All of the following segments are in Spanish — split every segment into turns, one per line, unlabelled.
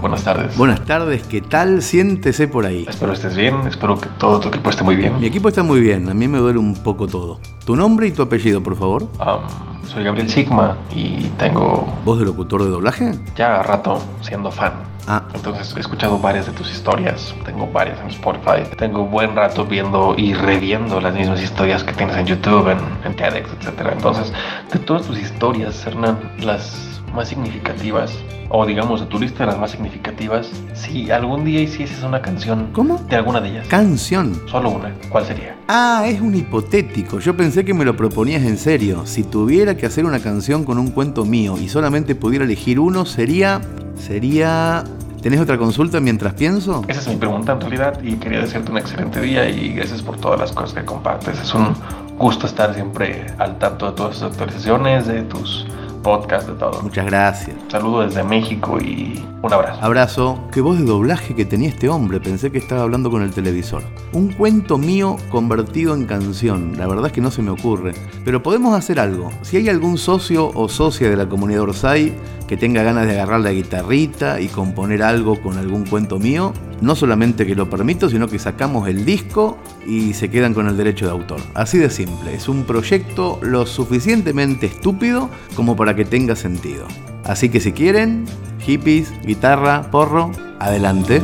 buenas tardes.
Buenas tardes, ¿qué tal? Siéntese por ahí.
Espero estés bien, espero que todo tu equipo esté muy bien.
Mi equipo está muy bien, a mí me duele un poco todo. ¿Tu nombre y tu apellido, por favor?
Am, soy Gabriel Sigma y tengo
¿Vos de locutor de doblaje?
ya rato siendo fan.
Ah,
Entonces he escuchado varias de tus historias, tengo varias en Spotify, tengo buen rato viendo y reviendo las mismas historias que tienes en YouTube, en, en TEDx, etc. Entonces, de todas tus historias, Hernán, las más significativas, o digamos de tu lista de las más significativas, si algún día hicieses una canción
¿cómo?
de alguna de ellas,
Canción.
solo una, ¿cuál sería?
Ah, es un hipotético. Yo pensé que me lo proponías en serio. Si tuviera que hacer una canción con un cuento mío y solamente pudiera elegir uno, sería. sería. ¿Tenés otra consulta mientras pienso?
Esa es mi pregunta en realidad y quería desearte un excelente día y gracias por todas las cosas que compartes. Es un gusto estar siempre al tanto de todas tus actualizaciones, de tus podcasts, de todo.
Muchas gracias.
Saludo desde México y un abrazo.
Abrazo. Qué voz de doblaje que tenía este hombre. Pensé que estaba hablando con el televisor. Un cuento mío convertido en canción. La verdad es que no se me ocurre. Pero podemos hacer algo. Si hay algún socio o socia de la comunidad Orsay que tenga ganas de agarrar la guitarrita y componer algo con algún cuento mío, no solamente que lo permito, sino que sacamos el disco y se quedan con el derecho de autor. Así de simple. Es un proyecto lo suficientemente estúpido como para que tenga sentido. Así que si quieren, hippies, guitarra, porro, adelante.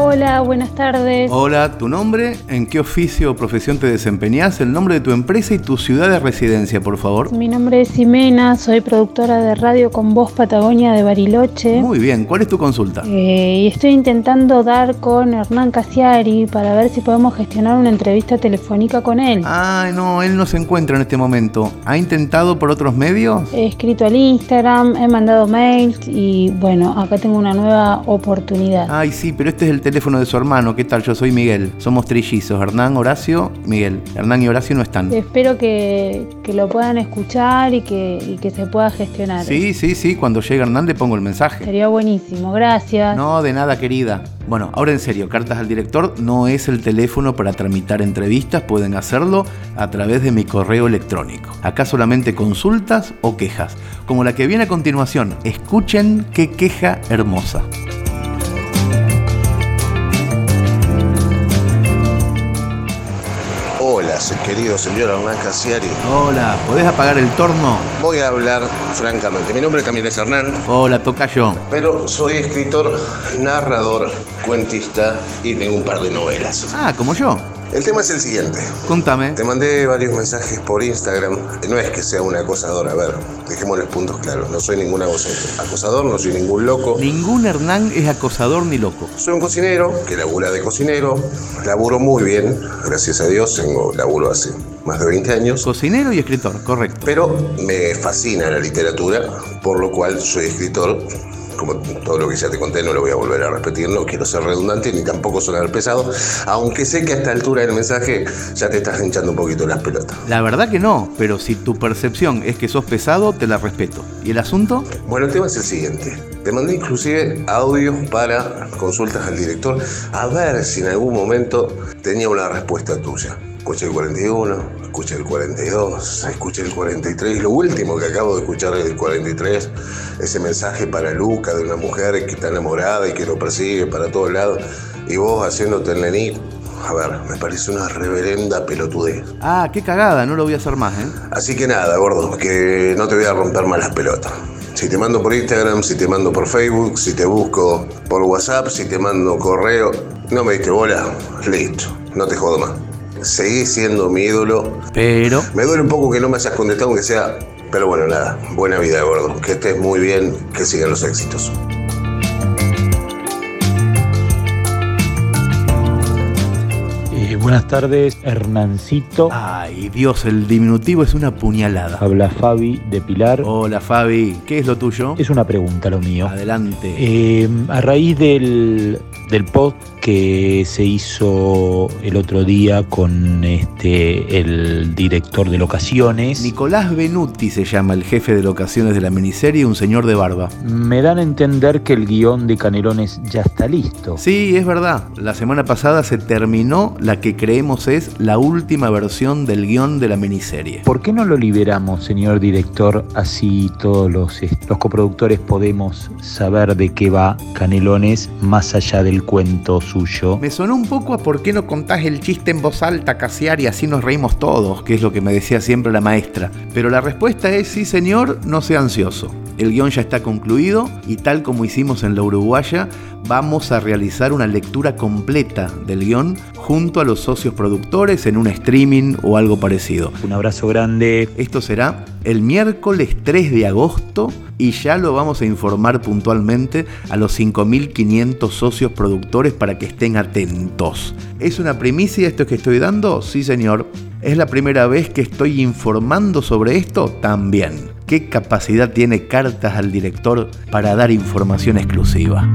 Hola, buenas tardes.
Hola, tu nombre, en qué oficio o profesión te desempeñas, el nombre de tu empresa y tu ciudad de residencia, por favor.
Mi nombre es Ximena, soy productora de radio con voz Patagonia de Bariloche.
Muy bien, ¿cuál es tu consulta?
Eh, y estoy intentando dar con Hernán Casiari para ver si podemos gestionar una entrevista telefónica con él.
Ah, no, él no se encuentra en este momento. ¿Ha intentado por otros medios?
He escrito al Instagram, he mandado mails y bueno, acá tengo una nueva oportunidad.
Ay, sí, pero este es el teléfono de su hermano. ¿Qué tal? Yo soy Miguel. Somos trillizos, Hernán, Horacio, Miguel. Hernán y Horacio no están.
Espero que, que lo puedan escuchar y que, y que se pueda gestionar.
Sí, sí, sí, cuando llegue Hernán le pongo el mensaje.
Sería buenísimo, gracias.
No, de nada, querida. Bueno, ahora en serio, cartas al director no es el teléfono para tramitar entrevistas, pueden hacerlo a través de mi correo electrónico. Acá solamente consultas o quejas, como la que viene a continuación. Escuchen qué queja hermosa.
Hola, se- querido señor Hernán Casiari.
Hola, ¿podés apagar el torno?
Voy a hablar francamente. Mi nombre también es Hernán,
Hola, tocayo.
pero soy escritor, narrador, cuentista y tengo un par de novelas.
Ah, como yo.
El tema es el siguiente.
Contame.
Te mandé varios mensajes por Instagram. No es que sea un acosador, a ver, dejemos los puntos claros. No soy ningún agoso- acosador, no soy ningún loco.
Ningún Hernán es acosador ni loco.
Soy un cocinero que labura de cocinero. Laburo muy bien, gracias a Dios. Tengo laburo hace más de 20 años.
Cocinero y escritor, correcto.
Pero me fascina la literatura, por lo cual soy escritor. Como todo lo que ya te conté, no lo voy a volver a repetir, no quiero ser redundante ni tampoco sonar pesado, aunque sé que a esta altura del mensaje ya te estás hinchando un poquito las pelotas.
La verdad que no, pero si tu percepción es que sos pesado, te la respeto. ¿Y el asunto?
Bueno, el tema es el siguiente. Te mandé inclusive audios para consultas al director a ver si en algún momento tenía una respuesta tuya. Escuché el 41, escuché el 42, escuché el 43. Lo último que acabo de escuchar del 43, ese mensaje para Luca de una mujer que está enamorada y que lo persigue para todos lados. Y vos haciéndote el nenito. A ver, me parece una reverenda pelotudez.
Ah, qué cagada, no lo voy a hacer más, ¿eh?
Así que nada, gordo, que no te voy a romper más las pelotas. Si te mando por Instagram, si te mando por Facebook, si te busco por WhatsApp, si te mando correo, no me diste bola, listo, no te jodo más. Seguís siendo mi ídolo.
Pero...
Me duele un poco que no me hayas contestado, aunque sea. Pero bueno, nada, buena vida, gordo. Que estés muy bien, que sigan los éxitos.
Eh, buenas tardes, Hernancito.
Ay, Dios, el diminutivo es una puñalada.
Habla Fabi de Pilar.
Hola, Fabi. ¿Qué es lo tuyo?
Es una pregunta lo mío.
Adelante.
Eh, a raíz del del post que se hizo el otro día con este el director de locaciones.
Nicolás Benuti se llama el jefe de locaciones de la miniserie, un señor de barba.
Me dan a entender que el guión de Canelones ya está listo.
Sí, es verdad. La semana pasada se terminó la que creemos es la última versión del guión de la miniserie.
¿Por qué no lo liberamos, señor director? Así todos los, eh, los coproductores podemos saber de qué va Canelones más allá del cuento suyo.
Me sonó un poco a por qué no contás el chiste en voz alta, Casiar, y así nos reímos todos, que es lo que me decía siempre la maestra. Pero la respuesta es sí, señor, no sea ansioso. El guión ya está concluido y tal como hicimos en la Uruguaya, vamos a realizar una lectura completa del guión junto a los socios productores en un streaming o algo parecido.
Un abrazo grande.
Esto será el miércoles 3 de agosto y ya lo vamos a informar puntualmente a los 5.500 socios productores para que estén atentos. ¿Es una primicia esto que estoy dando? Sí, señor. ¿Es la primera vez que estoy informando sobre esto? También. ¿Qué capacidad tiene cartas al director para dar información exclusiva?